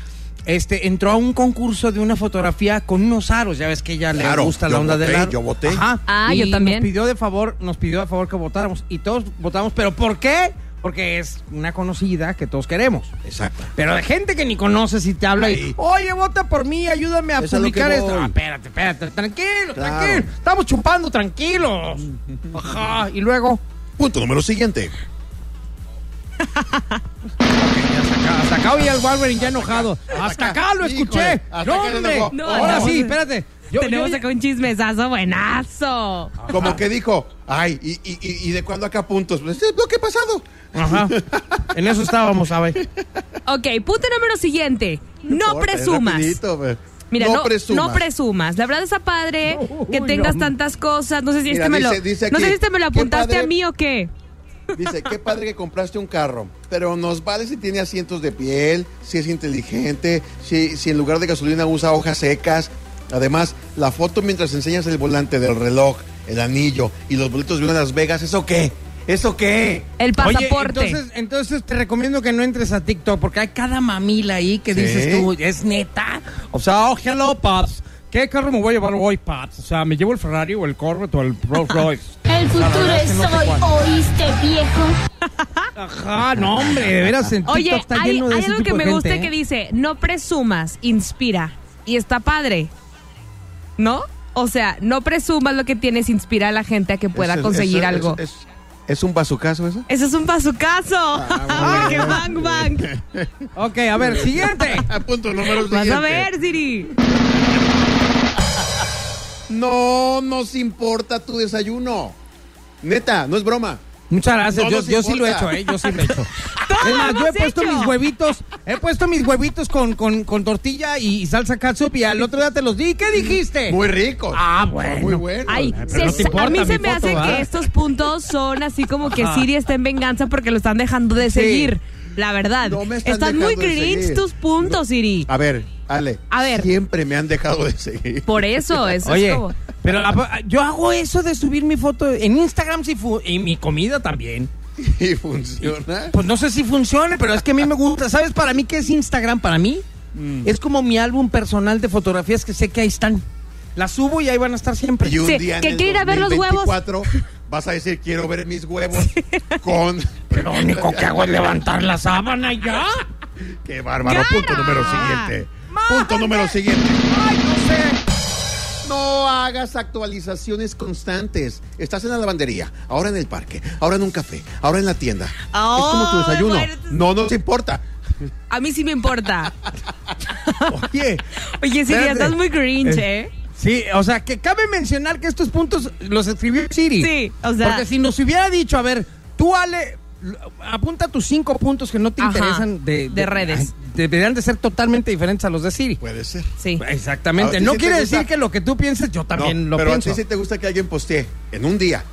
este, entró a un concurso de una fotografía con unos aros. Ya ves que ella le Claro, gusta la yo onda voté, del aro. yo voté. Ajá. Ah, Y yo también. Nos pidió de favor, nos pidió de favor que votáramos. Y todos votamos, ¿pero por qué? Porque es una conocida que todos queremos. Exacto. Pero de gente que ni conoces y te habla y, Ahí. oye, vota por mí, ayúdame a Es a lo que publicar esto. voy. Ah, espérate, espérate, tranquilo, Claro. tranquilo. Estamos chupando (laughs) tranquilos. Ajá, y luego, Punto número siguiente. hasta, hasta acá oí al Wolverine ya enojado. Hasta acá lo Híjole, escuché. hasta no, acá le hombre. enojó. No, Ahora no. sí, espérate. Yo- Tenemos yo- acá un chismesazo buenazo. Como que dijo, ay, ¿y, y, y- y de cuándo acá puntos? Pues, es lo que ha pasado. Ajá. (laughs) En eso estábamos, ¿sabes? Ok, punto número siguiente. No Corta, presumas. rapidito, güey. Mira, no, no presumas. presumas. La verdad está padre No, que uy, tengas no. tantas cosas. No sé si Mira, este me lo, dice- dice no sé aquí, si este me lo qué apuntaste a padre. mí o qué. Dice, qué padre que compraste un carro, pero nos vale si tiene asientos de piel, si es inteligente, si, si en lugar de gasolina usa hojas secas. Además, la foto mientras enseñas el volante del reloj, el anillo y los boletos de una Las Vegas, ¿eso qué? ¿Eso qué? El pasaporte. Oye, entonces, entonces te recomiendo que no entres a TikTok porque hay cada mamila ahí que Sí. dices tú, es neta. O sea, oh, hello, Paps. ¿Qué carro me voy a llevar hoy, Paps? O sea, ¿me llevo el Ferrari o el Corvette o el Rolls Royce? El futuro es hoy, ¿oíste, viejo? (laughs) Ajá, no, hombre, de veras en TikTok Oye, está hay, lleno de hay ese algo que tipo de me gusta gente, que ¿eh? dice, no presumas, inspira. Y está padre. ¿No? O sea, no presumas lo que tienes, inspira a la gente a que pueda Eso- conseguir eso- algo. ¿Es, es- es un bazucazo eso? Eso es un pazucazo. Ah, (laughs) Porque bang, bang. Ok, a ver, siguiente. A punto número Vas a ver, Siri. No nos importa tu desayuno. Neta, no es broma. Muchas gracias. No yo nos yo sí lo he hecho, importa. ¿eh? Yo sí lo he hecho. Es más, lo yo he hemos puesto hecho. mis huevitos, he puesto mis huevitos con, con, con tortilla y salsa catsup y al otro día te los di. ¿Qué dijiste? Muy rico. Ah, bueno. Muy bueno. Eh. Ay, pero se- no te importa a mí mi se me foto, hace ¿va? que estos puntos son así como que Siri está en venganza porque lo están dejando de seguir. La verdad. No me están están muy dejando de cringe seguir. tus puntos, Siri. A ver, Ale. A ver. Siempre me han dejado de seguir. Por eso, eso es Oye, como- pero la- yo hago eso de subir mi foto en Instagram si fu- y mi comida también. Y funciona. Pues no sé si funcione, pero es que a mí me gusta. ¿Sabes para mí qué es Instagram? Para mí Mm. es como mi álbum personal de fotografías que sé que ahí están. Las subo y ahí van a estar siempre. Y un Sí, día en que el quiere ir a ver los 2024 Vas a decir, quiero ver mis huevos (laughs) con... Pero lo único que hago es levantar la sábana y ya. ¡Qué bárbaro! ¡Cara! Punto número siguiente. Punto número siguiente. Ay, no sé. No hagas actualizaciones constantes. Estás en la lavandería, ahora en el parque, ahora en un café, ahora en la tienda. es como tu Ay, desayuno. Oh, bueno, No nos importa. A mí sí me (laughs) importa. Oye, Oye, Siri, Espérate. estás muy cringe, Eh, ¿eh? Sí, o sea, que cabe mencionar que estos puntos los escribió Siri. Sí, o sea- Porque si nos hubiera dicho, a ver, tú, Ale, l- apunta tus cinco puntos que no te Ajá, interesan de, de redes. ay, deberían de ser totalmente diferentes a los de Siri. puede ser. Sí. Exactamente. A ti No sí te quiere gusta. decir que lo que tú pienses, yo también No, lo pero pienso. a ti sí te gusta que alguien postee en un día,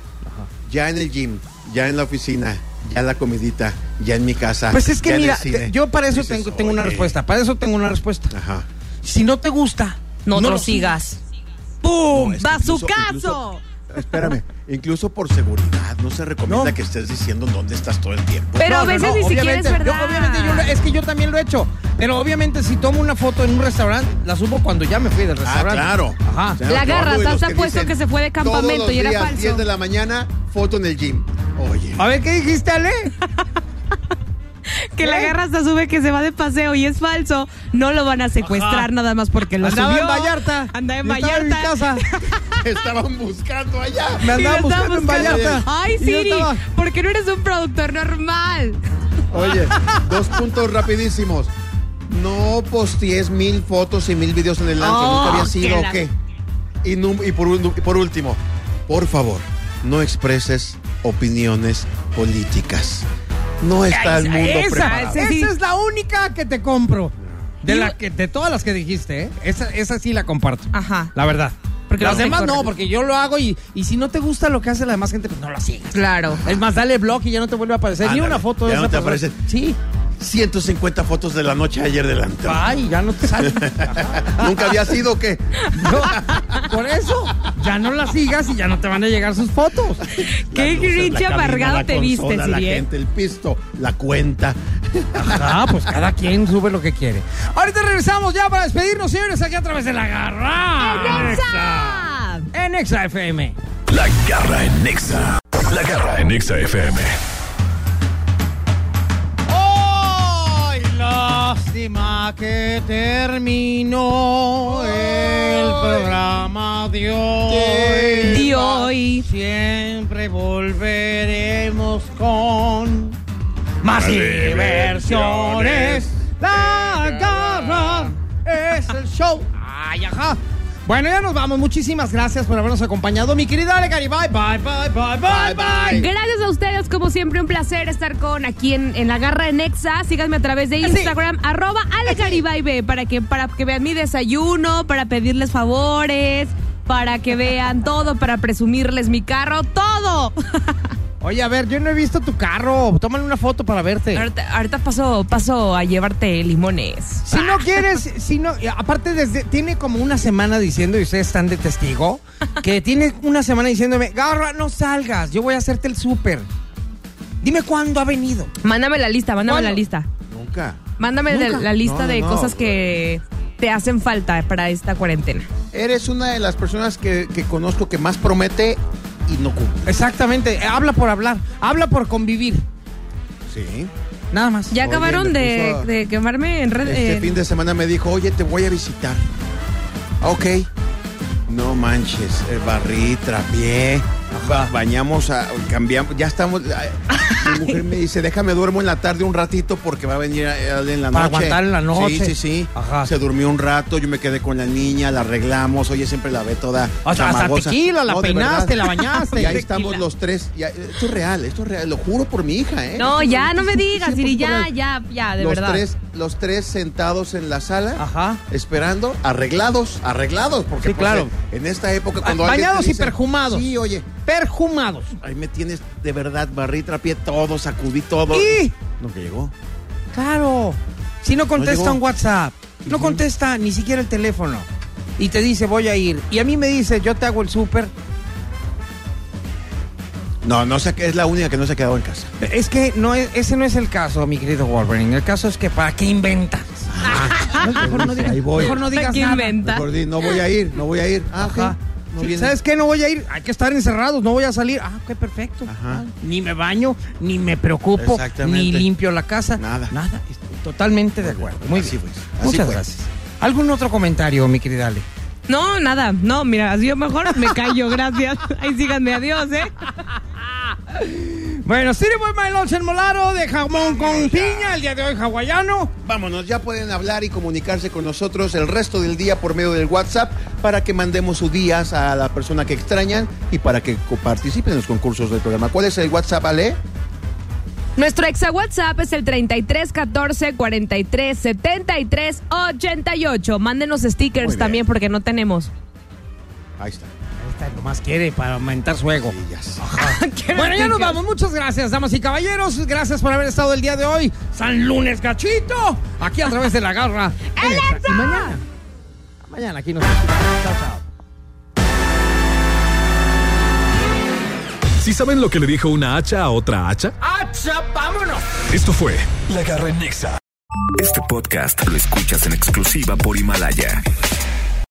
ya en el gym, ya en la oficina, ya en la comidita, ya en mi casa. Pues es que ya en el mira, cine. te- yo para eso Dices, Ah. tengo, tengo una "Oye". respuesta. Para eso tengo una respuesta. Ajá. Si no te gusta, No, lo lo sigas. ¡Pum! Es que ¡Va su incluso- caso! incluso- Espérame, incluso por seguridad no se recomienda No. Pues, que estés diciendo en dónde estás todo el tiempo. Pero a veces ni siquiera es obviamente, verdad. yo- obviamente yo lo- es que yo también lo he hecho. Pero obviamente si tomo una foto en un restaurante, la subo cuando ya me fui del Ah, restaurante. claro. Ajá. Ya, La yo agarras, hablo de los hasta puesto que se fue de campamento todos los y era días, falso". 10 de la mañana, foto en el gym. Oye, A ver, ¿qué dijiste, Ale? Que la garra hasta sube que se va de paseo y es falso. No lo van a secuestrar nada más porque lo Andaba subió. en Vallarta. Andaba en Yo estaba Vallarta. (laughs) en mi casa. (laughs) estaban buscando allá. Me Y lo andaba estaba buscando en buscando. Vallarta. Ay, Y yo Siri, estaba- ¿por qué no eres un productor normal? Oye, dos puntos rapidísimos. No postees mil fotos y mil videos en el lanzo. Oh, ¿Nunca había sido que o la- qué? Y, num- y por, un- y por último, por favor, no expreses opiniones políticas. No está el mundo Esa, preparado. ese- sí. esa es la única que te compro. De, Y- la que, de todas las que dijiste, ¿eh? esa, esa sí la comparto. Ajá. La verdad. Porque las no te demás no, corren. porque yo lo hago y, y si no te gusta lo que hace la demás gente, pues no la sigas. Claro. Es más, dale blog y ya no te vuelve a aparecer ni Ándale, una foto de ya no esa te persona. aparece. Sí. 150 fotos de la noche ayer delante. Ay, ya no te sale. (laughs) ¿Nunca había sido o qué? No, por eso, ya no la sigas y ya no te van a llegar sus fotos. Qué Las luces, la grinche cabina, amargado la te viste, consola, La Siri. ¿eh? gente, el pisto, la cuenta. Ajá, pues cada quien sube lo que quiere. Ahorita regresamos ya para despedirnos, señores, aquí a través de la garra. ¡Exa! En Exa FM. La garra en Nexa. La garra en Nexa FM. ¡Ay, lástima que terminó el programa de hoy! De hoy. Siempre volveremos con más diversiones. La garra es el show. Ay, ajá. Bueno, ya nos vamos. Muchísimas gracias por habernos acompañado. Mi querida Ale Garibay. bye, bye, bye, bye. bye. bye. Gracias a ustedes, como siempre, un placer estar con aquí en, en la garra en Exa. Síganme a través de Instagram, arroba Alecaribaibe, para que, para que vean mi desayuno, para pedirles favores, para que vean todo, para presumirles mi carro, todo. Oye, a ver, yo no he visto tu carro. Tómale una foto para verte. ahorita ahorita paso, paso a llevarte limones. Si no quieres, si no, y aparte desde tiene como una semana diciendo y ustedes están de testigo que tiene una semana diciéndome, "Garra, no salgas, yo voy a hacerte el súper." Dime cuándo ha venido. Mándame la lista, mándame ¿Cuándo? la lista. Nunca. Mándame de- la lista No, de no, no. cosas que te hacen falta para esta cuarentena. Eres una de las personas que, que conozco que más promete y no cumple. Exactamente, eh, habla por hablar, habla por convivir, Sí. nada más. Ya Oye, acabaron le de, puso- de quemarme en red. Este en- fin de semana me dijo, oye, te voy a visitar. Ah, Ok. No manches, eh, barrí, trapié, ba- bañamos, a- cambiamos, ya estamos. (laughs) ay, mi mujer me dice, déjame duermo en la tarde un ratito porque va a venir eh, en la Para noche. aguantar en la noche. Sí, sí, sí. Ajá. Se durmió un rato, yo me quedé con la niña, la arreglamos, oye, siempre la ve toda. Hasta- hasta chamagosa. tequila, la de peinaste, verdad. la bañaste. (laughs) Y ahí Tequila. estamos los tres. ya, esto es real, esto es real, lo juro por mi hija, ¿eh? No, Esto es ya, no me 100% digas, Siri, ya, real ya, ya, de los verdad. Tres, los tres sentados en la sala, Ajá. esperando, arreglados, arreglados, porque Sí, pues, claro. eh, en esta época cuando Ba- alguien te bañados y dice, perfumados. Sí, oye, Perjumados. ahí me tienes de verdad, barrí, trapié todo, sacudí todo. Y Nunca llegó. Claro. Si no contesta llegó. un WhatsApp, no contesta ni siquiera el teléfono. Y te dice, voy a ir. Y a mí me dice, yo te hago el súper. No, no sé qué es la única que no se ha quedado (laughs) en casa. Es que no es- ese no es el caso, mi querido Wolverine. El caso es que, ¿para qué inventas? Ah, mejor, no digas, ahí voy. mejor no digas ¿Qué nada. inventa? Mejor di, no voy a ir, no voy a ir. Ah, Ajá. ok. No Sí, viene. ¿Sabes qué? No voy a ir. Hay que estar encerrados. No voy a salir. Ah, qué perfecto. Ajá. Ah, Ni me baño, ni me preocupo, Exactamente. ni limpio la casa. Nada. Nada. Estoy Totalmente de acuerdo. Muy Así bien. pues, así Muchas pues. gracias. ¿Algún otro comentario, mi querida Ale? No, nada, no, mira, así yo mejor me callo, (laughs) gracias. Ahí síganme, adiós, ¿eh? Bueno, sirve my lunch en Molaro de jamón con piña, el día de hoy hawaiano. Vámonos, ya pueden hablar y comunicarse con nosotros el resto del día por medio del WhatsApp para que mandemos sus días a la persona que extrañan y para que co- participen en los concursos del programa. ¿Cuál es el WhatsApp, Ale? Nuestro exa WhatsApp es el 33 14 43 73 88. Mándenos Muy stickers bien. también porque no tenemos. Ahí está. Esta nomás quiere para aumentar su ego. Sí, ya sé. Bueno, ya nos vamos. Muchas gracias, damas y caballeros. Gracias por haber estado el día de hoy. San Lunes Gachito. Aquí a través de la garra. ¡El Extra. Exa! Y mañana. Mañana aquí nos escuchamos. Chao, chao. Si saben lo que le dijo una hacha a otra hacha, ¡Acha, vámonos! esto fue La garra en Nexa. Este podcast lo escuchas en exclusiva por Himalaya.